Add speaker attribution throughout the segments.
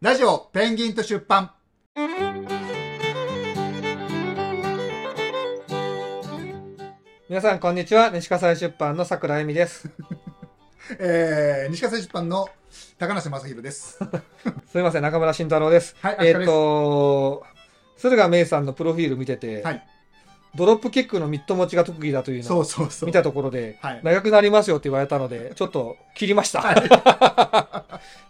Speaker 1: ラジオペンギンと出版
Speaker 2: 皆さんこんにちは西葛西出版の桜井美です
Speaker 1: えー、西葛西出版の高梨正宏です。
Speaker 2: すみません中村慎太郎です
Speaker 1: はい、
Speaker 2: えっ、
Speaker 1: お疲れです
Speaker 2: と駿河芽衣さんのプロフィール見てて、
Speaker 1: はい
Speaker 2: ドロップキックのミット持ちが特技だというの
Speaker 1: そ
Speaker 2: を
Speaker 1: うそうそう。
Speaker 2: 見たところで
Speaker 1: はい。
Speaker 2: 長くなりますよって言われたのでちょっと切りました、 あ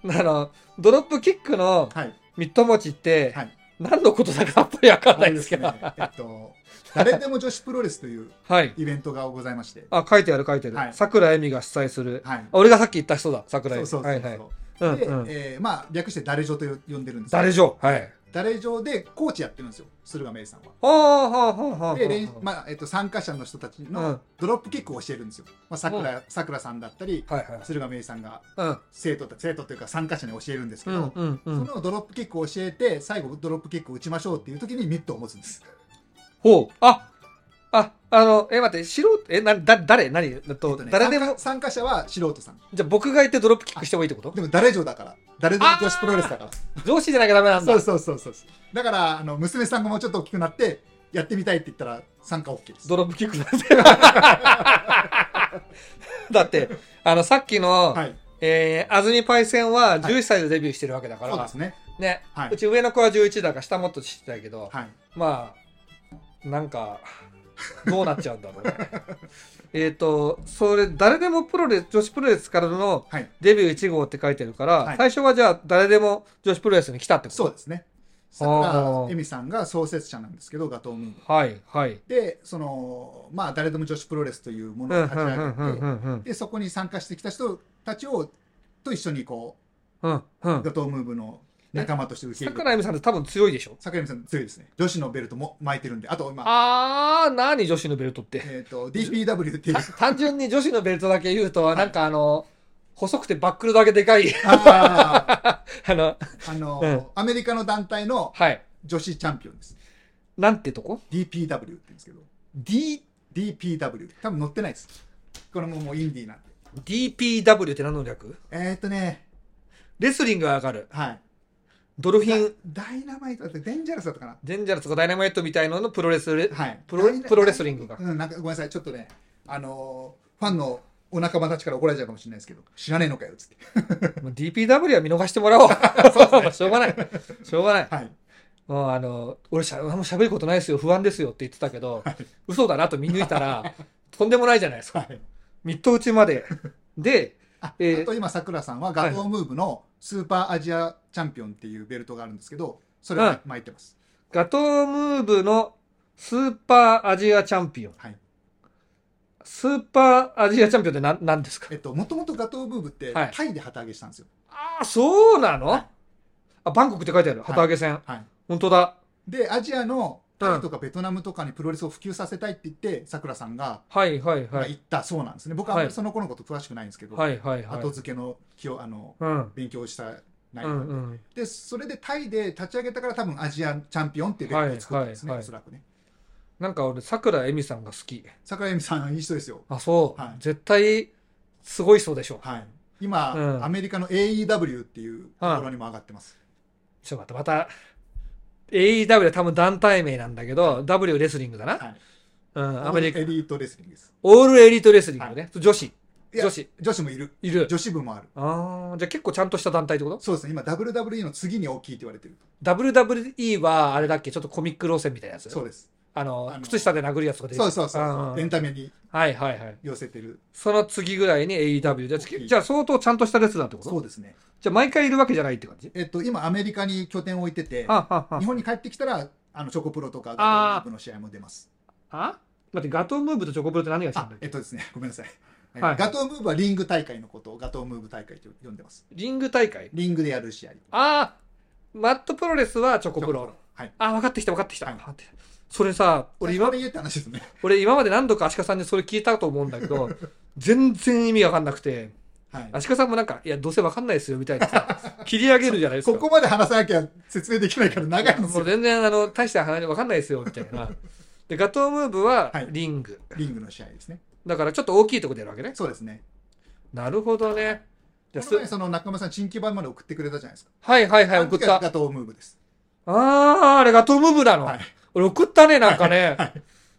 Speaker 2: のドロップキックの
Speaker 1: はい。
Speaker 2: ミット持ちって
Speaker 1: はい
Speaker 2: 何のことだかやっぱり分かんないんですけど、
Speaker 1: あれねえっと、誰でも女子プロレスという
Speaker 2: はい
Speaker 1: イベントがございまして。
Speaker 2: あ書いてある書いてある、
Speaker 1: はい
Speaker 2: 桜井美が主催する
Speaker 1: はい
Speaker 2: あ。俺がさっき言った人だ桜井
Speaker 1: そうそ
Speaker 2: 美
Speaker 1: うそうそう。
Speaker 2: はいはいうん
Speaker 1: で、
Speaker 2: うん
Speaker 1: えーまあ、略して誰女と呼んでるんですけど
Speaker 2: 誰じょはい
Speaker 1: 誰女でコーチやってるんですよ、駿河明さんは。
Speaker 2: ああ、はあ、はあ、はあ。
Speaker 1: で、練まあえっと、参加者の人たち
Speaker 2: う
Speaker 1: の
Speaker 2: ん
Speaker 1: ドロップキックを教えるんですよ。まあ、桜桜さんだったり、
Speaker 2: はいはい。
Speaker 1: 駿河明さんが
Speaker 2: うん、
Speaker 1: 生徒た生徒というか参加者に教えるんですけ
Speaker 2: う
Speaker 1: ど、
Speaker 2: ん、うん、う
Speaker 1: そ
Speaker 2: ん。
Speaker 1: のドロップキックを教えて最後ドロップキックを打ちましょうっていう時にミットを持つんです
Speaker 2: ほう。あ、あ、あの、え、待って、素人、え、な、だ、誰何えっ
Speaker 1: えっ
Speaker 2: と、
Speaker 1: とね
Speaker 2: 誰でも
Speaker 1: 参、加参加者は素人さん
Speaker 2: じゃあ僕がいてドロップキックしてもいいってこと
Speaker 1: でも誰女だから誰でも女子プロレスだから
Speaker 2: 上司じゃなきゃダメなん
Speaker 1: そう
Speaker 2: だ。
Speaker 1: そうそうそうだからあの娘さんがもうちょっと大きくなってやってみたいって言ったら参加 OK です
Speaker 2: ドロップキック なんて。だって、あの、さっきの、
Speaker 1: はい
Speaker 2: えー、安住パイセンは11歳でデビューしてるわけだか
Speaker 1: そうで
Speaker 2: ら、
Speaker 1: すね
Speaker 2: ね、
Speaker 1: は
Speaker 2: う
Speaker 1: い
Speaker 2: ち上の子は11だから下もっと知ってたけど、
Speaker 1: はい
Speaker 2: まあなんかどうなっちゃうんだろ うねえっとそれ誰でもプロレス女子プロレスからの
Speaker 1: はい
Speaker 2: デビュー1号って書いてるから、
Speaker 1: はい
Speaker 2: 最初はじゃあ誰でも女子プロレスに来たってこと
Speaker 1: そうですねさ
Speaker 2: あ
Speaker 1: あ
Speaker 2: ー
Speaker 1: エミさんが創設者なんですけどガトームーン
Speaker 2: はいはい
Speaker 1: でそのまあ誰でも女子プロレスというも
Speaker 2: う
Speaker 1: の
Speaker 2: ん
Speaker 1: を
Speaker 2: うん
Speaker 1: 立
Speaker 2: う
Speaker 1: ち
Speaker 2: ん
Speaker 1: 上
Speaker 2: う
Speaker 1: げ
Speaker 2: んう
Speaker 1: て
Speaker 2: んうん
Speaker 1: でそこに参加してきた人たちをと一緒にこう
Speaker 2: うんうん
Speaker 1: ガトームーブの仲間として受け入れる。
Speaker 2: 桜井美さんって多分強いでしょ
Speaker 1: 桜井さん強いですね。女子のベルトも巻いてるんで、あと今、
Speaker 2: あー何女子のベルト って
Speaker 1: えっ、と、DPW っていう
Speaker 2: た。単純に女子のベルトだけ言うと、
Speaker 1: い
Speaker 2: なんかあの細くてバックルだけでかい
Speaker 1: あ
Speaker 2: あの
Speaker 1: ーあの、
Speaker 2: うん
Speaker 1: アメリカの団体の
Speaker 2: はい
Speaker 1: 女子チャンピオンです。
Speaker 2: なんてとこ
Speaker 1: DPW って言うんですけど、
Speaker 2: D
Speaker 1: DPW。多分乗ってないです。これももうインディーなんで。
Speaker 2: DPW って何の略
Speaker 1: えっ、とね、
Speaker 2: レスリングが上がる。
Speaker 1: はい。
Speaker 2: ドルフ
Speaker 1: ダ
Speaker 2: ィン、
Speaker 1: ダイナマイトだってデンジャラスだったか
Speaker 2: デンジャラスとかダイナマイトみたいののプロレスレ
Speaker 1: な。、はい。
Speaker 2: プロ
Speaker 1: ダイナ
Speaker 2: プロレスリングが
Speaker 1: うん、なんかごめんなさい。ちょっとね、あのーファンのお仲間たちから怒られちゃうかもしれないですけど、知らねえのかよ、つって。
Speaker 2: もう DPW は見逃して もらおう。しょうがない。しょうがない。
Speaker 1: はい。
Speaker 2: もうあの、俺しゃ、あんま喋ることないですよ、不安ですよって言ってたけど、嘘だなと見抜いたら、とんでもないじゃないですか。
Speaker 1: はい。
Speaker 2: ミッド打ち まで。で、
Speaker 1: あ
Speaker 2: えー
Speaker 1: あと今さくらさんはガトームーブのスーパーアジアチャンピオンっていうベルトがあるんですけどそれを巻巻いてます、
Speaker 2: ガトームーブのスーパーアジアチャンピオン。
Speaker 1: はい
Speaker 2: スーパーアジアチャンピオンって何何ですか
Speaker 1: えっともともとガトームーブって
Speaker 2: はい
Speaker 1: タイで旗揚げしたんですよ
Speaker 2: ああ、そうなの、
Speaker 1: はい
Speaker 2: あ、バンコクって書いてある。旗揚げ戦。
Speaker 1: はい
Speaker 2: 本当だ。
Speaker 1: でアジアのタイとかベトナムとかにプロレスを普及させたいって言ってさくらさんが
Speaker 2: はいはい
Speaker 1: ま
Speaker 2: は
Speaker 1: あ
Speaker 2: い。
Speaker 1: 言ったそうなんですね、僕はあんまりその子のこと詳しくないんですけど、
Speaker 2: はいはいはい。
Speaker 1: 後付けの気をあの
Speaker 2: うん。
Speaker 1: 勉強した内
Speaker 2: う
Speaker 1: 容、
Speaker 2: んうん。
Speaker 1: でそれでタイで立ち上げたから多分アジアチャンピオンっていうベルトを作ったんですね、
Speaker 2: はいはいは
Speaker 1: お
Speaker 2: い
Speaker 1: そらくね
Speaker 2: なんか俺、桜恵美さんが好き。
Speaker 1: 桜井美さんいい人ですよ
Speaker 2: あ、そう。
Speaker 1: はい
Speaker 2: 絶対、すごい人でしょ。
Speaker 1: はい。今、
Speaker 2: うん
Speaker 1: アメリカの AEW っていうところにも上がってます。
Speaker 2: ちょっと待って、また、AEW は多分団体名なんだけど、W レスリングだな。
Speaker 1: はい。
Speaker 2: うん、アメリカ
Speaker 1: エ。リートレスリングです。
Speaker 2: オールエリートレスリングね。女子。
Speaker 1: いや
Speaker 2: 女子。
Speaker 1: 女子もいる。
Speaker 2: いる。
Speaker 1: 女子部もある。
Speaker 2: ああ、じゃあ結構ちゃんとした団体ってこと
Speaker 1: そうですね。今 WWE の次に大きいって言われてる。
Speaker 2: ?WWE は、あれだっけちょっとコミック路線みたいなやつ。
Speaker 1: そうです。
Speaker 2: あの
Speaker 1: あの
Speaker 2: 靴下で殴るやつとか出てく
Speaker 1: そう
Speaker 2: る
Speaker 1: そうそ
Speaker 2: あ
Speaker 1: う。
Speaker 2: ー
Speaker 1: エンタメに
Speaker 2: はいはいはい。
Speaker 1: 寄せてる。
Speaker 2: その次ぐらいに AEW
Speaker 1: 大き
Speaker 2: で。
Speaker 1: い
Speaker 2: じゃあ相当ちゃんとしたレスラーってこと
Speaker 1: そうですね。
Speaker 2: じゃあ毎回いるわけじゃないって感じ
Speaker 1: えっと、今アメリカに拠点を置いてて、
Speaker 2: あああ
Speaker 1: 日本に帰ってきたら、あの、チョコプロとか、
Speaker 2: あー
Speaker 1: ガトーブの試合も出ます。
Speaker 2: あ待って、ガトームーブとチョコプロって何が違うん
Speaker 1: あ
Speaker 2: だっ、
Speaker 1: えっ
Speaker 2: け
Speaker 1: とですね。ごめんなさい。え
Speaker 2: はい
Speaker 1: ガトームーブはリング大会のことをガトームーブ大会と呼んでます。
Speaker 2: リング大会
Speaker 1: リングでやる試合。
Speaker 2: ああマットプロレスはチョコプロ。
Speaker 1: はい。
Speaker 2: あ、分かってきた分かってきた。
Speaker 1: はい
Speaker 2: 分かってきたそれさ、俺
Speaker 1: 俺
Speaker 2: 今
Speaker 1: 今、言えって話ですね。
Speaker 2: 俺今まで何度かアシカさんにそれ聞いたと思うんだけ ど、全然意味わかんなくて、
Speaker 1: はい。
Speaker 2: アシカさんもなんか、いや、どうせわかんないですよみたいなさ、 切り上げるじゃないです
Speaker 1: こ
Speaker 2: か。
Speaker 1: こまで話さなきゃ説明できないから長いんです
Speaker 2: もう
Speaker 1: よ。
Speaker 2: 全然あの大した話わかんないですよみたいな。でガトームーブは
Speaker 1: はい
Speaker 2: リング、
Speaker 1: リングの試合ですね。
Speaker 2: だからちょっと大きいとこでやるわけね。
Speaker 1: そうですね。
Speaker 2: なるほどね。じゃあ
Speaker 1: この前
Speaker 2: す
Speaker 1: その中村さん、新規版まで送ってくれたじゃないですか。
Speaker 2: はいはいはい、
Speaker 1: あの
Speaker 2: 送っ
Speaker 1: 時
Speaker 2: た。
Speaker 1: は
Speaker 2: あ
Speaker 1: ガトームーブです。
Speaker 2: あー、あれガトームーブなの。
Speaker 1: はい。
Speaker 2: 俺送ったね、なんかね。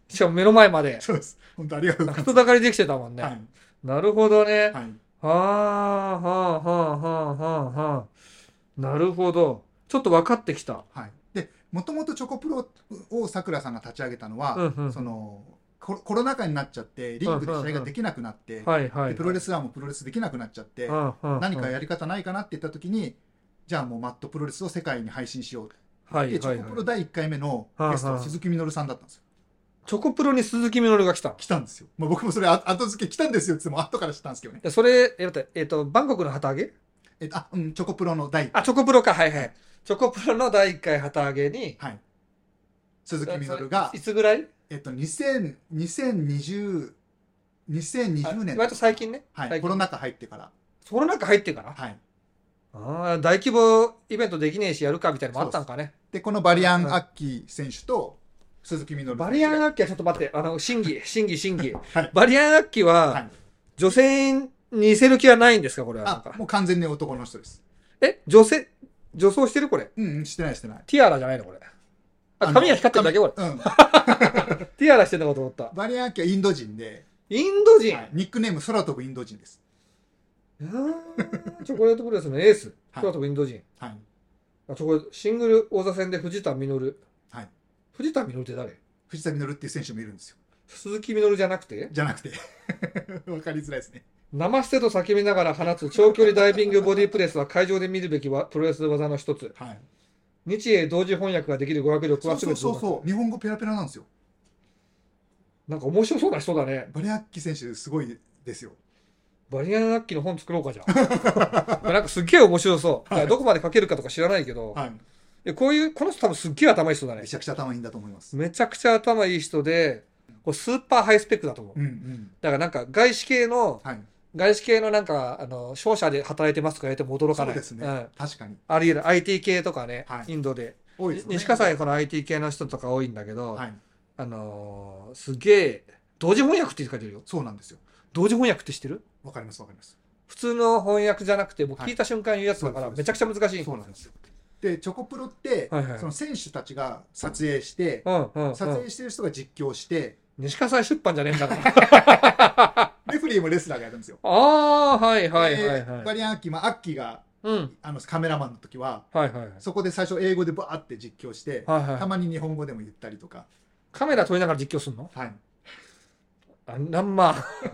Speaker 2: しかも目の前まで。
Speaker 1: そうです。本当ありがとうござい
Speaker 2: 人だかりできてたもんね。
Speaker 1: ます。
Speaker 2: なるほどね。
Speaker 1: はい。はい。
Speaker 2: はあ、はあ、はあ、はあ、はあ、はあ。なるほど。ちょっと分かってきた。
Speaker 1: はい、で、もともとチョコプロをさくらさんが立ち上げたのは、
Speaker 2: うんうん
Speaker 1: そ。のコロコロナ禍になっちゃってリングで試合ができなくなって、
Speaker 2: はいはい。
Speaker 1: でプロレスラーもプロレスできなくなっちゃって、何
Speaker 2: 何
Speaker 1: かやり方ないかなって言った時にじゃあもうマットプロレスを世界に配信しようって、
Speaker 2: はいはいはい。
Speaker 1: でチョコプロ第1回目のゲスト
Speaker 2: うん
Speaker 1: は
Speaker 2: うん
Speaker 1: 鈴木みのるさんだったんですよ
Speaker 2: チョコプロに鈴木みのるが来たの
Speaker 1: 来たんですよ、まあ、僕もそれあ後付け来たんですよっつっても後から知ったんですけどね、
Speaker 2: でそれ、え、待って、えっ、と、バンコクの旗揚げ
Speaker 1: えっとあうん、チョコプロの第1
Speaker 2: あ、チョコプロか、はいはい。チョコプロの第1回旗揚げに、
Speaker 1: はい鈴木みのるが
Speaker 2: い、つぐらい
Speaker 1: えっと、2000 2020 2020
Speaker 2: あ
Speaker 1: 年
Speaker 2: 割と最近ね。
Speaker 1: は
Speaker 2: 最
Speaker 1: い、
Speaker 2: 近
Speaker 1: コロナ禍入ってから、
Speaker 2: その中入ってから。
Speaker 1: はい、
Speaker 2: ああ、大規模イベントできねえし、やるかみたいなのもあったんかね。
Speaker 1: でこのバリアン・アッキー選手と鈴木みのる
Speaker 2: バリアン
Speaker 1: アッ
Speaker 2: アッキーはちょっと待って、あの、審議、審議、審議。
Speaker 1: はい
Speaker 2: バリアンアッキー
Speaker 1: は、
Speaker 2: はい女性に似せる気はないんですか、これは。なん
Speaker 1: あ
Speaker 2: か
Speaker 1: もう完全に男の人です
Speaker 2: え、女性、女装してるこれ。
Speaker 1: うんうんしてないしてない
Speaker 2: ティアラじゃないのこれ。あ、髪が光ってるだけこれ。
Speaker 1: れ、うん、
Speaker 2: ティアラしてるのかと思った。
Speaker 1: バリアン・アッキーはインド人で、
Speaker 2: インド人。
Speaker 1: はいニックネーム空飛ぶインド人です、
Speaker 2: うーんチョコレートプレスのエース。
Speaker 1: はい
Speaker 2: 空飛ぶインド人。
Speaker 1: はい、
Speaker 2: あそこシングル王座戦で藤田実。
Speaker 1: はい。
Speaker 2: 藤田実って誰
Speaker 1: 藤田みのるっていう選手もいるんですよ
Speaker 2: 鈴木実じゃなくて
Speaker 1: じゃなくて わかりづらいですね
Speaker 2: 生捨てと叫びながら放つ長距離ダイビングボディプレスは会場で見るべきはプロレス技の一つ。
Speaker 1: はい
Speaker 2: 日英同時翻訳ができる語学力
Speaker 1: そ
Speaker 2: は
Speaker 1: う
Speaker 2: す
Speaker 1: そ
Speaker 2: べ
Speaker 1: う
Speaker 2: て
Speaker 1: そ
Speaker 2: 上
Speaker 1: う
Speaker 2: 手。
Speaker 1: そう日本語ペラペラなんですよ
Speaker 2: なんか面白そうな人だね。
Speaker 1: バリアン・アッキー選手すごいですよ
Speaker 2: バリアンアッキーの本作ろうかじゃん。 なんかすっげえ面白そう。
Speaker 1: はい
Speaker 2: どこまで書けるかとか知らないけど、
Speaker 1: はい
Speaker 2: でこういう、この人多分すっげえ頭いい人だね
Speaker 1: め。ちゃくちゃ頭いいんだと思います
Speaker 2: めちゃくちゃ頭いい人で、こうスーパーハイスペックだと思う
Speaker 1: う。んうん
Speaker 2: だからなんか外資系の、
Speaker 1: はい
Speaker 2: 外資系のなんか、あの、商社で働いてますとか言っても驚か
Speaker 1: そ
Speaker 2: な
Speaker 1: う
Speaker 2: い。
Speaker 1: ですね、
Speaker 2: うん
Speaker 1: 確かに
Speaker 2: ありえる IT 系とかね、
Speaker 1: はい
Speaker 2: インドで。
Speaker 1: 多いですね
Speaker 2: 西葛西この IT 系の人とか多いんだけど、
Speaker 1: はい
Speaker 2: あのーすげえ、同時翻訳って書いてるよ。
Speaker 1: そうなんですよ
Speaker 2: 同時翻訳って知ってる
Speaker 1: わかりますわかります
Speaker 2: 普通の翻訳じゃなくて、もう聞いた瞬間言うやつだか
Speaker 1: は
Speaker 2: ら、
Speaker 1: い
Speaker 2: めちゃくちゃ難しい。
Speaker 1: そうなんですよでチョコプロって、
Speaker 2: はいはい
Speaker 1: その選手たちが撮影して、
Speaker 2: うんうん、うん。
Speaker 1: 撮影してる人が実況して、
Speaker 2: 西葛西出版じゃねえんだから。
Speaker 1: レフェリーもレスラーがやるんですよ
Speaker 2: ああー、はいはいはい
Speaker 1: で
Speaker 2: は
Speaker 1: バ
Speaker 2: い。
Speaker 1: リアン・アッキー、まあ、アッキーが
Speaker 2: うん。
Speaker 1: あのカメラマンの時は
Speaker 2: はいはいはい。
Speaker 1: そこで最初英語でバーって実況して、
Speaker 2: はいはい
Speaker 1: たまに日本語でも言ったりとか、
Speaker 2: カメラ撮りながら実況すんの
Speaker 1: はい、
Speaker 2: あなんま。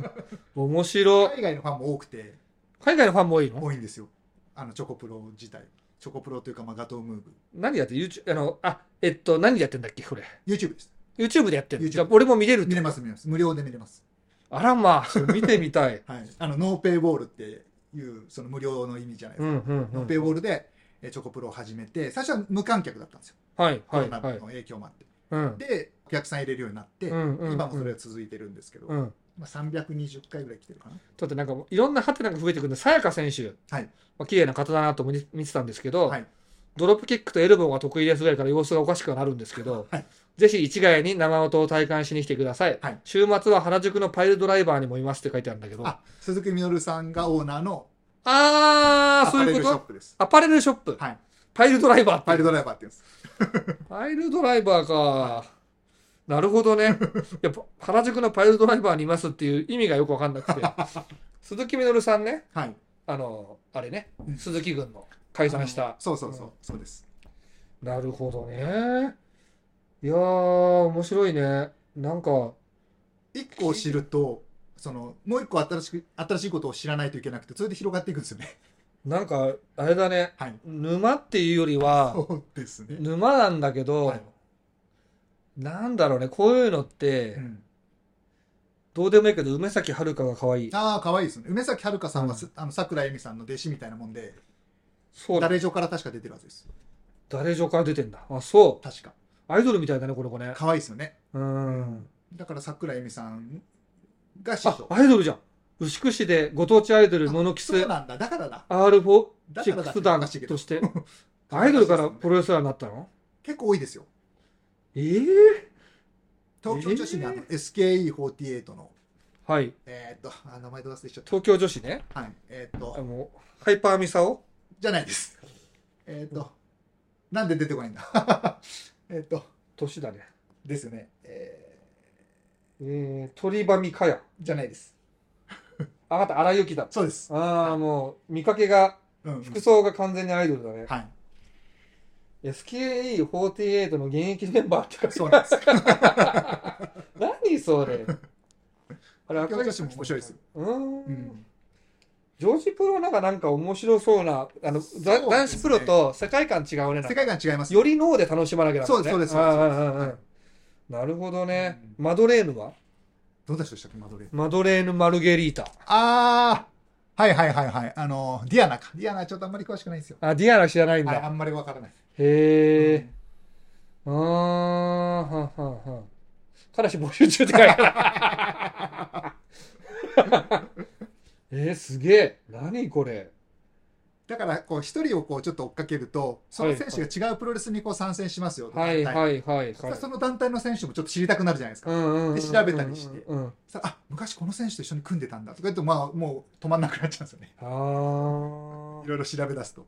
Speaker 2: 面白い。
Speaker 1: 海外のファンも多くて
Speaker 2: 海外のファンも多いの
Speaker 1: 多いんですよあのチョコプロ自体チョコプロというか、まあ、ガトームーブ
Speaker 2: 何やって YouTube あのあえっと何でやってんだっけこれ
Speaker 1: YouTube です
Speaker 2: YouTube でやってんの
Speaker 1: YouTube
Speaker 2: じゃあ俺も見れるっ
Speaker 1: 見
Speaker 2: て
Speaker 1: れます見れます無料で見れます、
Speaker 2: あらまあそれ見てみ たい
Speaker 1: はい、あのノーペイウォールっていうその無料の意味じゃないで
Speaker 2: う
Speaker 1: すか、
Speaker 2: んうんう
Speaker 1: ノー
Speaker 2: ん
Speaker 1: ペイウォールでえチョコプロを始めて最初は無観客だったんですよ
Speaker 2: はい
Speaker 1: コ
Speaker 2: は
Speaker 1: ロ
Speaker 2: い
Speaker 1: ナ
Speaker 2: はい
Speaker 1: の影響もあって、
Speaker 2: うん
Speaker 1: でお客さん入れるようになって、
Speaker 2: うんうん
Speaker 1: 今もそれは続いてるんですけど、
Speaker 2: うん
Speaker 1: まあ、320回ぐらい来てるかな
Speaker 2: だってなんかもういろんなハテナが増えてくるんでさやか選手
Speaker 1: はい
Speaker 2: まあ綺麗な方だなと思い見てたんですけど、
Speaker 1: はい
Speaker 2: ドロップキックとエルボーが得意ですぐらいから様子がおかしくはなるんですけど、
Speaker 1: はい
Speaker 2: ぜひ市ヶ谷に生音を体感しに来てください、
Speaker 1: はい
Speaker 2: 週末は原宿のパイルドライバーにもいますって書いてあるんだけどあ
Speaker 1: あ鈴木みのるさんがオーナーの
Speaker 2: あ
Speaker 1: ア
Speaker 2: ーそ
Speaker 1: パ
Speaker 2: う
Speaker 1: レ
Speaker 2: いう
Speaker 1: ルシ
Speaker 2: こ
Speaker 1: ョッ
Speaker 2: と
Speaker 1: プです
Speaker 2: アパレルショップ、
Speaker 1: はい
Speaker 2: パイルドライバーって
Speaker 1: パイルドライバーって言うんです
Speaker 2: パイルドライバーか。なるほどね。やっぱ原宿のパイルドライバーにいますっていう意味がよくわかんな くて。鈴木みのるさんね、
Speaker 1: はい
Speaker 2: あの、あれね
Speaker 1: う、ん
Speaker 2: 鈴木軍の解散し
Speaker 1: あの
Speaker 2: た。
Speaker 1: そうそうそう、そうです
Speaker 2: なるほどね。いやー、面白いね。なんか、
Speaker 1: 一個を知るとそのもう一個新しく新しいことを知らないといけなくてそれで広がっていくんですよね
Speaker 2: なんか、あれだね。
Speaker 1: はい
Speaker 2: 沼っていうよりは、
Speaker 1: そうですね、
Speaker 2: 沼なんだけど、
Speaker 1: はい
Speaker 2: なんだろうね、こういうのって
Speaker 1: う、ん、
Speaker 2: どうでもいいけど、梅崎遥香が可愛い。
Speaker 1: ああ可愛いですね梅崎遥さんはす、あの桜井恵美さんの弟子みたいなもんで
Speaker 2: そうだ。
Speaker 1: 誰女から確か出てるはずです
Speaker 2: 誰女から出てんだ。あ、そう。
Speaker 1: 確か
Speaker 2: アイドルみたいだね、この子ね。
Speaker 1: 可愛いですよね
Speaker 2: うん。
Speaker 1: だから桜井恵美さんが師
Speaker 2: あ
Speaker 1: 匠、
Speaker 2: アイドルじゃん。牛久市でご当地アイドル、モノキス
Speaker 1: そう、なんだだからだ
Speaker 2: R46 団と して、アイドルからプロレスラーになったの
Speaker 1: 結構多いですよ
Speaker 2: ええ
Speaker 1: 東京女子にあの SKE48 の
Speaker 2: はい。
Speaker 1: えーっと、あ名前どう忘れしちゃっ
Speaker 2: 東京女子ね。
Speaker 1: た。はい。えーっ
Speaker 2: あ
Speaker 1: と、
Speaker 2: の、ハイパーミサオ
Speaker 1: じゃないです。えーっと、なんで出てこないんだ えーっと、
Speaker 2: 年だね。
Speaker 1: ですよね。え
Speaker 2: えー、鳥羽美香也。
Speaker 1: ー、じゃないです。
Speaker 2: あ、わかった、荒雪だ。
Speaker 1: そうです。
Speaker 2: ああ、もう、見かけが、
Speaker 1: うん。
Speaker 2: 服装が完全にアイドルだね。
Speaker 1: はい。
Speaker 2: SKE48 の現役メンバ ーって書いて
Speaker 1: そうなんです。
Speaker 2: 何 それ あれ
Speaker 1: 東京女子も面白いですよ
Speaker 2: うーん
Speaker 1: うん
Speaker 2: ジョージプロなんかなんか面白そうなあの、
Speaker 1: そうです
Speaker 2: ざ
Speaker 1: ね
Speaker 2: 男子プロと世界観違うねなんか
Speaker 1: 世界観違います。
Speaker 2: より脳で楽しまなきゃな
Speaker 1: そうですそうですそうです
Speaker 2: ああああああなるほどね、
Speaker 1: う
Speaker 2: マドレーヌは
Speaker 1: どんな人でしたっけ、マドレーヌ。
Speaker 2: マドレーヌ・マルゲリータ
Speaker 1: あー、はいはいはいはい。あの、ディアナか。ディアナちょっとあんまり詳しくないんですよ。
Speaker 2: あディアナ知らないんだ、
Speaker 1: はい、あんまりわからない。
Speaker 2: へえ、あーはんはんはん彼氏募集中って書いてある えー、すげえ何これ
Speaker 1: だから、こう、一人をこう、ちょっと追っかけると、その選手が違うプロレスにこう参戦しますよ。
Speaker 2: はい
Speaker 1: 団体
Speaker 2: はいはいはい
Speaker 1: その団体の選手もちょっと知りたくなるじゃないですか。
Speaker 2: うんうんうんうん
Speaker 1: で調べたりして
Speaker 2: うん
Speaker 1: さあ、昔この選手と一緒に組んでたんだとか言って、まあ、もう止まんなくなっちゃうんですよね。
Speaker 2: あ
Speaker 1: い
Speaker 2: あ
Speaker 1: ろいろ調べ出すと。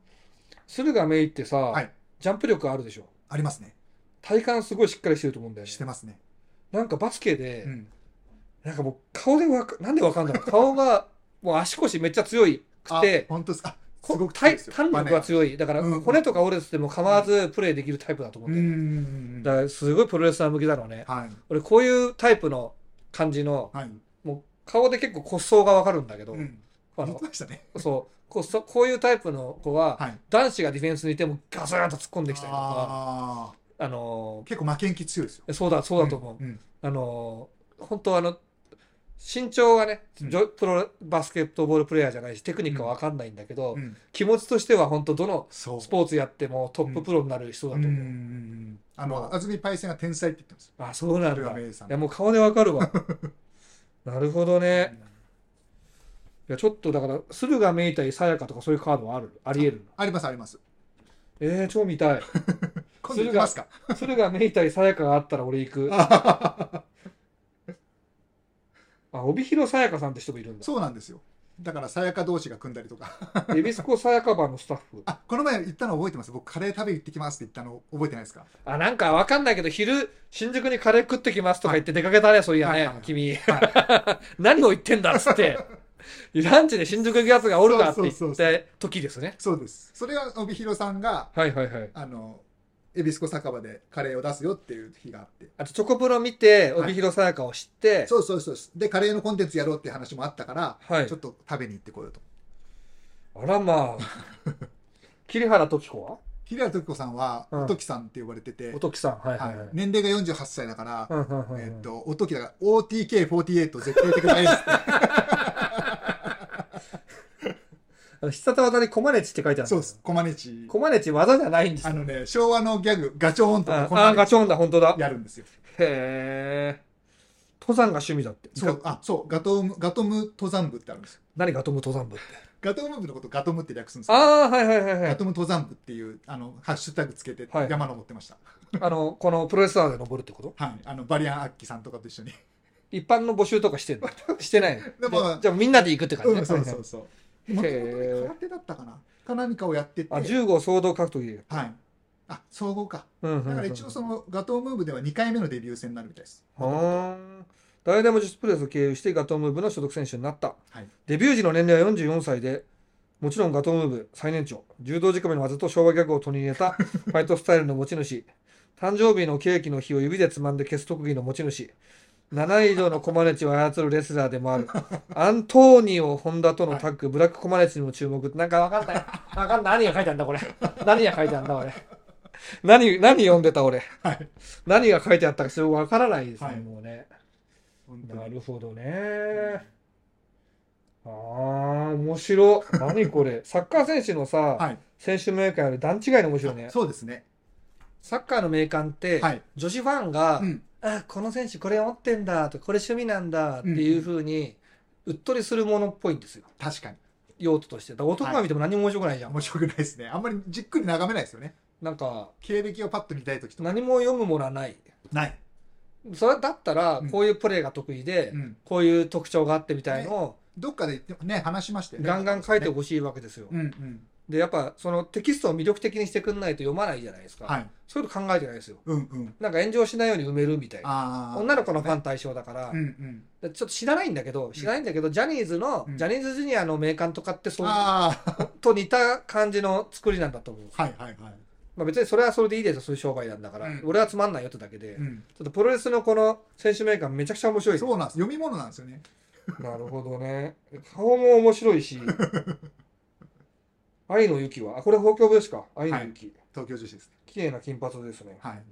Speaker 2: 駿河メイってさ、
Speaker 1: はい
Speaker 2: ジャンプ力あるでしょ
Speaker 1: ありますね。
Speaker 2: 体幹すごいしっかりしてると思うんだよね
Speaker 1: してますね。
Speaker 2: なんかバスケで、
Speaker 1: うん。
Speaker 2: なんかもう顔でわかなんでわかんない顔がもう足腰めっちゃ強いく
Speaker 1: あ
Speaker 2: て、
Speaker 1: 本当ですか。あ
Speaker 2: こ
Speaker 1: すごく強い
Speaker 2: 体
Speaker 1: ですよ。
Speaker 2: 弾力が強いだから
Speaker 1: うん
Speaker 2: 骨とか折れてても構わずプレーできるタイプだと思う
Speaker 1: うんん
Speaker 2: だ
Speaker 1: うん
Speaker 2: よ、だからすごいプロレスラー向きだろうね
Speaker 1: うん。はい。
Speaker 2: 俺こういうタイプの感じの
Speaker 1: はい。
Speaker 2: もう顔で結構骨相がわかるんだけど、
Speaker 1: うん。
Speaker 2: あ
Speaker 1: 言っ
Speaker 2: の
Speaker 1: てましたね。
Speaker 2: そうこうそこういうタイプの子は、
Speaker 1: はい。
Speaker 2: 男子がディフェンスにいてもガサーンと突っ込んできたりとか、
Speaker 1: あ
Speaker 2: あの
Speaker 1: ー結構負けん気強いですよ。
Speaker 2: ーそうだ、そうだと思う。
Speaker 1: んん
Speaker 2: あのー本当あの、身長がね、
Speaker 1: うん
Speaker 2: ジョプロバスケットボールプレイヤーじゃないし、テクニックは分かんないんだけど、
Speaker 1: うん
Speaker 2: 気持ちとしては本当どの
Speaker 1: そう。
Speaker 2: スポーツやってもトッププロになる人だ
Speaker 1: う
Speaker 2: と
Speaker 1: んうんう
Speaker 2: 思う。
Speaker 1: んあ
Speaker 2: もう
Speaker 1: の、安住パイセンが天才って言ってます。
Speaker 2: あ、そうなん
Speaker 1: それ
Speaker 2: だ。
Speaker 1: が
Speaker 2: い
Speaker 1: メイさん。
Speaker 2: や、もう顔で分かる わ。なるほどね。いや、ちょっとだから、駿河メイ対さやかとかそういうカードはある、あり得るの。
Speaker 1: ありますあります。
Speaker 2: えー、超見たい。
Speaker 1: 今度行きますか。
Speaker 2: 駿河メイ対さやかがあったら俺 行く。あ、帯広さやかさんって人もいるんだ。
Speaker 1: そうなんですよ。だから、さやか同士が組んだりとか。
Speaker 2: エビスコさやかバーのスタッフ。
Speaker 1: あ、この前言ったの覚えてます。僕、カレー食べ行ってきますって言ったの覚えてないですか
Speaker 2: あ、なんかわかんないけど、昼、新宿にカレー食ってきますとか言って出かけたね、そういや
Speaker 1: はい
Speaker 2: ね
Speaker 1: はいは、い
Speaker 2: 君
Speaker 1: は。
Speaker 2: 何を言ってんだっ つって。ランチで新宿行くやつがおるかって言
Speaker 1: そう
Speaker 2: っ
Speaker 1: そうそ
Speaker 2: た時ですね。
Speaker 1: そうです。それは帯広さんが、
Speaker 2: はいはいはい。
Speaker 1: あの、恵比寿小酒場でカレーを出すよっていう日があって。
Speaker 2: あと、チョコプロ見て、
Speaker 1: はい
Speaker 2: 帯広さやかを知って、
Speaker 1: そうそうそうです。で、カレーのコンテンツやろうっていう話もあったから、
Speaker 2: はい
Speaker 1: ちょっと食べに行ってこようと。
Speaker 2: あらまあ。 桐原時子は
Speaker 1: 平良時子さんは、
Speaker 2: うん
Speaker 1: おときさんって呼ばれてて
Speaker 2: お、ときさん。はいはいは
Speaker 1: はいい。年齢が48歳だから
Speaker 2: う、んうんうん
Speaker 1: えっ
Speaker 2: うん。
Speaker 1: と、おときだから、OTK48 絶対的なエース って
Speaker 2: あの必殺技にコマネチって書いてあるんだ
Speaker 1: そうです。。コマネチ。
Speaker 2: コマネチ技じゃないんです
Speaker 1: あ
Speaker 2: よ。
Speaker 1: のね、昭和のギャグ、ガチョーンと
Speaker 2: あ
Speaker 1: か、
Speaker 2: あ
Speaker 1: こんな
Speaker 2: ー、ガチョンだ、本当だ。
Speaker 1: やるんですよ。
Speaker 2: へえ。登山が趣味だって。
Speaker 1: そう、あ、そう、ガトム、ガトム登山部ってあるんですよ。
Speaker 2: 何ガトム登山部って。
Speaker 1: ガトム部のことガトムって略すんですよ。
Speaker 2: ああ、はいはいはいは
Speaker 1: ガ
Speaker 2: い。
Speaker 1: トム登山部っていう、あの、ハッシュタグつけて
Speaker 2: はい
Speaker 1: 山登ってました。
Speaker 2: あの、このプロレスラーで登るってこと
Speaker 1: はい。あの、バリアン・アッキさんとかと一緒に。
Speaker 2: 一般の募集とかして んの してない
Speaker 1: で
Speaker 2: の
Speaker 1: も
Speaker 2: じゃじゃあみんなで行くって感じ
Speaker 1: う
Speaker 2: ね。
Speaker 1: ん、そう
Speaker 2: はい
Speaker 1: そ
Speaker 2: はいう
Speaker 1: そう。もともと
Speaker 2: へー
Speaker 1: 空手だったかなか何かをやってて。
Speaker 2: あ、10号総動格闘技。
Speaker 1: はい。あ、総合か。
Speaker 2: うんうんうん。
Speaker 1: だから一応その、ガトムーブでは2回目のデビュー戦になるみたいです。
Speaker 2: うーん。誰でも女子プロレスを経由してガトムーブの所属選手になった。
Speaker 1: はい
Speaker 2: デビュー時の年齢は44歳で、もちろんガトムーブ最年長、柔道仕込みの技と昭和ギャグを取り入れ たファイトスタイルの持ち主、誕生日のケーキの日を指でつまんで消す特技の持ち主、7以上のコマネチを操るレスラーでもある、 アントーニオ・ホンダとのタッグ、ブラックコマネチにも注目。なんかわかんない。わかんない。何が書いてあんだ、これ。何が書いてあんだ、俺。何、何読んでた、俺。
Speaker 1: はい
Speaker 2: 何が書いてあったか、それわからないですね、
Speaker 1: はい
Speaker 2: もうね。
Speaker 1: 本当
Speaker 2: な
Speaker 1: に。
Speaker 2: るほどね。ああ、面 白。何これ。サッカー選手のさ、
Speaker 1: はい。
Speaker 2: 選手名鑑より段違いの面白いね
Speaker 1: あ。そうですね。
Speaker 2: サッカーの名鑑って、
Speaker 1: はい。
Speaker 2: 女子ファンが、
Speaker 1: うん。
Speaker 2: あ、この選手これ持ってんだとか、これ趣味なんだっていうふうに、うっとりするものっぽいんですよ。
Speaker 1: 確かに。
Speaker 2: 用途として。だから男が見ても何も面白くないじゃん。
Speaker 1: 面白くないですね。あんまりじっくり眺めないですよね。
Speaker 2: なんか、
Speaker 1: 経歴をパッと見たいときとか。
Speaker 2: 何も読むものはない。
Speaker 1: ない。
Speaker 2: それだったら
Speaker 1: うん
Speaker 2: こういうプレーが得意で、
Speaker 1: うん、
Speaker 2: こういう特徴があってみたいのを
Speaker 1: どっかで言ってね話しましたよね
Speaker 2: ガンガン書いてほしいわけですよ、
Speaker 1: うんうん
Speaker 2: でやっぱそのテキストを魅力的にしてくんないと読まないじゃないですか、
Speaker 1: はい
Speaker 2: そういうこと考えてないですよ
Speaker 1: うんうん
Speaker 2: なんか炎上しないように埋めるみたいな
Speaker 1: ああ
Speaker 2: 女の子のファン対象だから、
Speaker 1: うんうん
Speaker 2: でちょっと知らないんだけど知らないんだけど、ジャニーズの、
Speaker 1: うん
Speaker 2: ジャニーズジュニアの名鑑とかってそう
Speaker 1: ああ
Speaker 2: と似た感じの作りなんだと思う、
Speaker 1: はいはいはい
Speaker 2: まあ、別にそれはそれでいいですよそういう商売なんだから、
Speaker 1: うん
Speaker 2: 俺はつまんないよってだけで、
Speaker 1: う
Speaker 2: ち
Speaker 1: ん
Speaker 2: ょっとプロレスのこの選手名鑑めちゃくちゃ面白い
Speaker 1: そうなんです読み物なんですよね
Speaker 2: なるほどね顔も面白 いし愛の雪はあこれ宝鏡ですか愛の雪、
Speaker 1: 東京女子ですね
Speaker 2: 綺麗な金髪ですね
Speaker 1: はい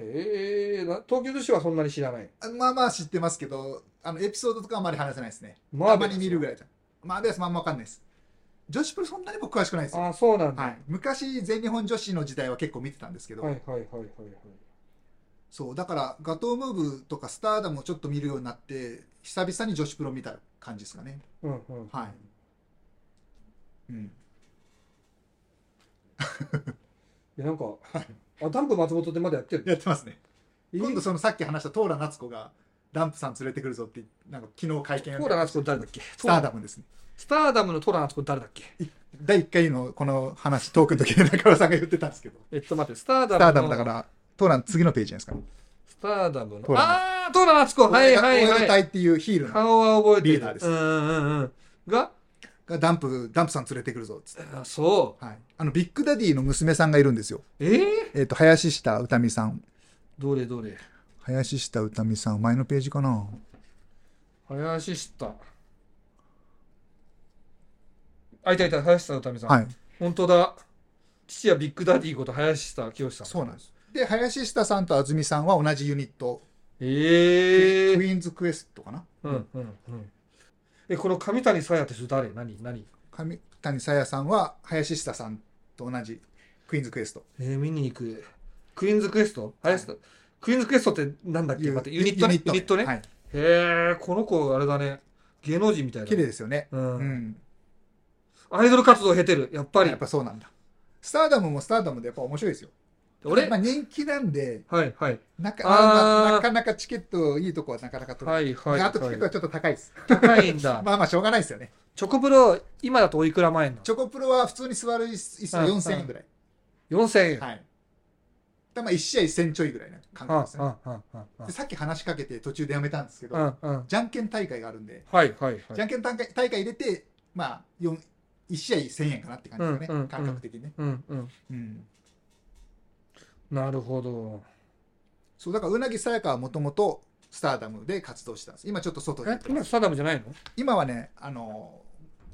Speaker 2: へえな東京女子はそんなに知らない
Speaker 1: あまあまあ知ってますけどあのエピソードとかはあまり話せないですね
Speaker 2: マ
Speaker 1: た
Speaker 2: ーベ
Speaker 1: ま
Speaker 2: ラス
Speaker 1: に見るぐらいじゃんまあベースもあんま分かんないです女子プロそんなに僕詳しくないですよ、
Speaker 2: ああそうなんだ、
Speaker 1: はい、昔全日本女子の時代は結構見てたんですけど、
Speaker 2: はい、はいはいはいはい
Speaker 1: そうだからガトームーブとかスターダムをちょっと見るようになって久々に女子プロ見た感じですかね
Speaker 2: うんうん
Speaker 1: はい、うん、
Speaker 2: いやなんか、あダンプ松本ってまだやってる
Speaker 1: やってますね
Speaker 2: いい
Speaker 1: 今度そのさっき話したトーラ夏子がダンプさん連れてくるぞってなんか昨日会見や
Speaker 2: トーラナツコ誰だっけ
Speaker 1: スターダムですね
Speaker 2: スターダムのトーラナツコ誰だっけ
Speaker 1: 第1回のこの話トークの時で中村さんが言ってたんですけど
Speaker 2: えっと待ってスターダム
Speaker 1: ス
Speaker 2: の
Speaker 1: ターダムだからトーラ次のページじゃないですか
Speaker 2: スターダムの
Speaker 1: トーラナ
Speaker 2: ああートーラナツコはいはい
Speaker 1: 親
Speaker 2: は
Speaker 1: 隊
Speaker 2: い
Speaker 1: っていうヒールの
Speaker 2: 顔は覚えてる
Speaker 1: リーダーです
Speaker 2: うんうんうんが
Speaker 1: がダンプダンプさん連れてくるぞっつって、
Speaker 2: あそ
Speaker 1: はい、あのビッグダディの娘さんがいるんですよ、
Speaker 2: うえー、
Speaker 1: えっと林下歌美さん
Speaker 2: どれどれ
Speaker 1: 林下歌美さん前のページかな
Speaker 2: 林下あいたいた林下歌美さん、
Speaker 1: はい
Speaker 2: 本当だ父はビッグダディこと林下清さん
Speaker 1: そうなんですで林下さんと安住さんは同じユニット、
Speaker 2: ええ
Speaker 1: ク
Speaker 2: ー、
Speaker 1: イーンズクエストかな
Speaker 2: うんうんうんえこの上谷沙耶って人誰何何
Speaker 1: 上谷沙耶さんは林下さんと同じクイーンズクエスト
Speaker 2: えー、見に行く。クイーンズクエスト林下、クイーンズクエストってなんだっけ待ってユニットね。ユニットね。
Speaker 1: はい、
Speaker 2: へえ、この子、あれだね。芸能人みたいだ
Speaker 1: 綺
Speaker 2: ね。
Speaker 1: 麗ですよね
Speaker 2: うん
Speaker 1: うん、
Speaker 2: アイドル活動を経てる。やっぱり。
Speaker 1: やっぱそうなんだスターダムもスターダムでやっぱ面白いですよ
Speaker 2: 俺、
Speaker 1: まあ、人気なんで
Speaker 2: はいはい。
Speaker 1: なか
Speaker 2: あー
Speaker 1: なかなかチケットいいとこはなかなか取れない
Speaker 2: はいはい、
Speaker 1: あとチケット
Speaker 2: は。
Speaker 1: はいちょっと高いです。
Speaker 2: 高いんだ。
Speaker 1: まあまあしょうがないですよね。
Speaker 2: チョコプロ、今だとおいくら前なの
Speaker 1: チョコプロは普通に座る椅子は4000円ぐらい。
Speaker 2: ?4000 円。
Speaker 1: はい。だまあ1試合1000ちょいぐらいな感
Speaker 2: う
Speaker 1: 覚
Speaker 2: ん
Speaker 1: ですよね。
Speaker 2: うんうんうん
Speaker 1: でさっき話しかけて途中でやめたんですけ
Speaker 2: うんう
Speaker 1: ど、
Speaker 2: んうん。
Speaker 1: じゃんけん大会があるんで、
Speaker 2: はいはいはい。
Speaker 1: じゃんけん大会大会入れて、まあ4 1試合1000円かなって感じです
Speaker 2: う
Speaker 1: よ
Speaker 2: んうんう
Speaker 1: ね
Speaker 2: ん。
Speaker 1: 感覚的にね。
Speaker 2: うんうん。
Speaker 1: うん
Speaker 2: なるほど。
Speaker 1: そう、だからうなぎさやかはもともとスターダムで活動してたんです。今ちょっと外で
Speaker 2: え、。今スタダムじゃないの
Speaker 1: 今はね、あの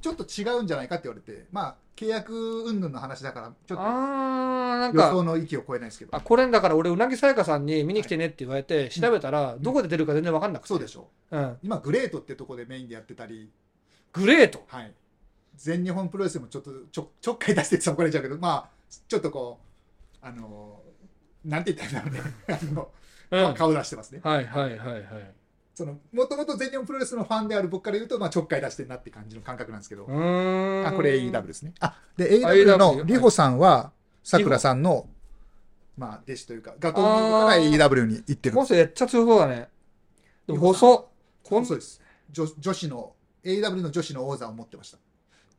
Speaker 1: ちょっと違うんじゃないかって言われて、まあ契約云々の話だから、ちょっと
Speaker 2: あー、なん
Speaker 1: 予
Speaker 2: か。
Speaker 1: 想の域を超えないですけど。
Speaker 2: あこれだから俺うなぎさやかさんに見に来てねって言われて調べたらどこで出るか全然分かんなくて
Speaker 1: そうでしょ
Speaker 2: うん、
Speaker 1: 今グレートってとこでメインでやってたり、
Speaker 2: グレート
Speaker 1: はい、全日本プロレスでもちょっとちょちょっかい出してって怒られちゃうけどまあちょっとこうあのなんて言ったらいいんだろうね あの、
Speaker 2: うんはい
Speaker 1: 顔出してますね
Speaker 2: はいはいはい
Speaker 1: そのもともと全日本プロレスのファンである僕から言うと、まあ、ちょっかい出してんなって感じの感覚なんですけど
Speaker 2: う、ーん
Speaker 1: あこれ AEW ですねあで
Speaker 2: AEW
Speaker 1: AEW のリホさんはさくらさんの、まあ、弟子というかガトーブから AEW に行ってるんです
Speaker 2: この人めっちゃ強そうだねでも細こん
Speaker 1: そうです女女子の AEW の女子の王座を持ってました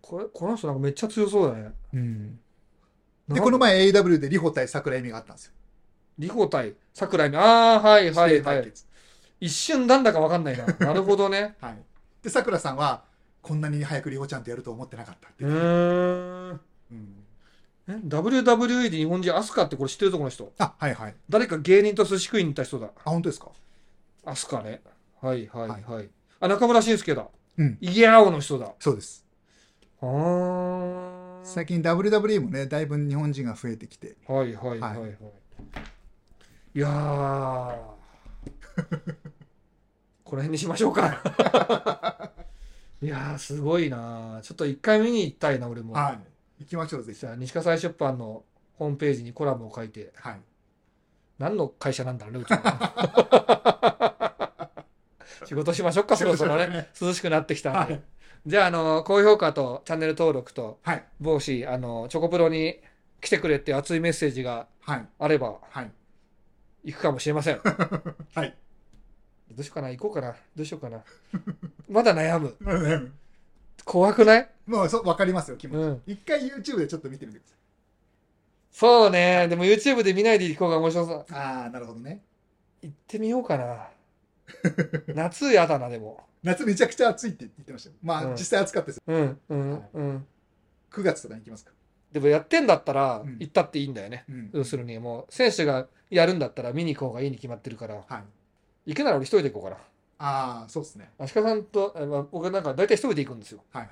Speaker 2: これこの人なんかめっちゃ強そうだね
Speaker 1: うん
Speaker 2: なん
Speaker 1: で、
Speaker 2: か
Speaker 1: この前 AW でリホ対桜井美があったんですよ。
Speaker 2: リホ対桜井美ああはいはい
Speaker 1: 指定
Speaker 2: は
Speaker 1: 対
Speaker 2: い
Speaker 1: 決
Speaker 2: 一瞬なんだか分かんないななるほ どね
Speaker 1: はい。で、桜さんは、こんなに早くリホちゃんとやると思ってなかったって
Speaker 2: う
Speaker 1: 言って
Speaker 2: ーん
Speaker 1: うん
Speaker 2: え WWE で日本人アスカってこれ知ってるとこの人
Speaker 1: あ、はいはい。
Speaker 2: 誰か芸人と寿司食いに行った人だ
Speaker 1: あ、本当ですか
Speaker 2: アスカね。はいはいは。
Speaker 1: はいい
Speaker 2: あ、中村慎介だ。
Speaker 1: うん
Speaker 2: イギアオの人だ。
Speaker 1: そうです。
Speaker 2: あー
Speaker 1: 最近 WWE もね、だいぶ日本人が増えてきて。
Speaker 2: はいはいはいはい。いやー。 この辺にしましょうか。 いやー、すごいなーちょっと一回見に行ったいな、俺も。
Speaker 1: はい。行きましょう、ぜひ。
Speaker 2: さあ、西葛西出版のホームページにコラムを書いて、
Speaker 1: はい。
Speaker 2: 何の会社なんだろうね、うちは。 仕事しましょうか、そろそろ
Speaker 1: 仕事しま
Speaker 2: ね。涼しくなってきたん
Speaker 1: は
Speaker 2: で。
Speaker 1: い。
Speaker 2: じゃあ、あの、高評価とチャンネル登録と、
Speaker 1: はい。
Speaker 2: 帽子、あの、チョコプロに来てくれっていう熱いメッセージが
Speaker 1: はい。
Speaker 2: あれば、
Speaker 1: はい。
Speaker 2: 行くかもしれませ ん。
Speaker 1: はい。
Speaker 2: どうしようかな行こうかなどうしようかなまだ悩む。
Speaker 1: うん
Speaker 2: 怖くない
Speaker 1: もうそ分かりますよ、気持ち。
Speaker 2: うん。
Speaker 1: 一回 YouTube でちょっと見てみてくだ
Speaker 2: そうね。でも YouTube で見ないで行こうが面白そう。
Speaker 1: さい。ああ、なるほどね。
Speaker 2: 行ってみよう かな。夏やだな、でも。
Speaker 1: 夏めちゃくちゃ暑いって言ってましたよ。まあ、
Speaker 2: うん
Speaker 1: 実際暑かったですよ。
Speaker 2: うん、うん
Speaker 1: は、い
Speaker 2: うん。
Speaker 1: 9月とかに行きますか。
Speaker 2: でもやってんだったら
Speaker 1: うん
Speaker 2: 行ったっていいんだよね。
Speaker 1: うん
Speaker 2: 要するに、もう選手がやるんだったら見に行こうがいいに決まってるから、
Speaker 1: はい。
Speaker 2: 行くなら俺一人で行こうかな。
Speaker 1: ああ、そうですね。
Speaker 2: 足利さんと、あまあ、僕なんか大体一人で行くんですよ。
Speaker 1: はいはい。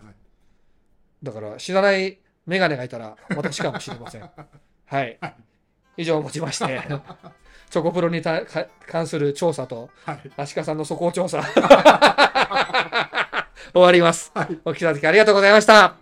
Speaker 2: だから知らないメガネがいたら私かもしれま せん。はい。以上をもちまして、チョコプロにたか関する調査と、
Speaker 1: はい。
Speaker 2: 足利さんの 素行調査、終わります。
Speaker 1: はい。
Speaker 2: お聞きいただきありがとうございました。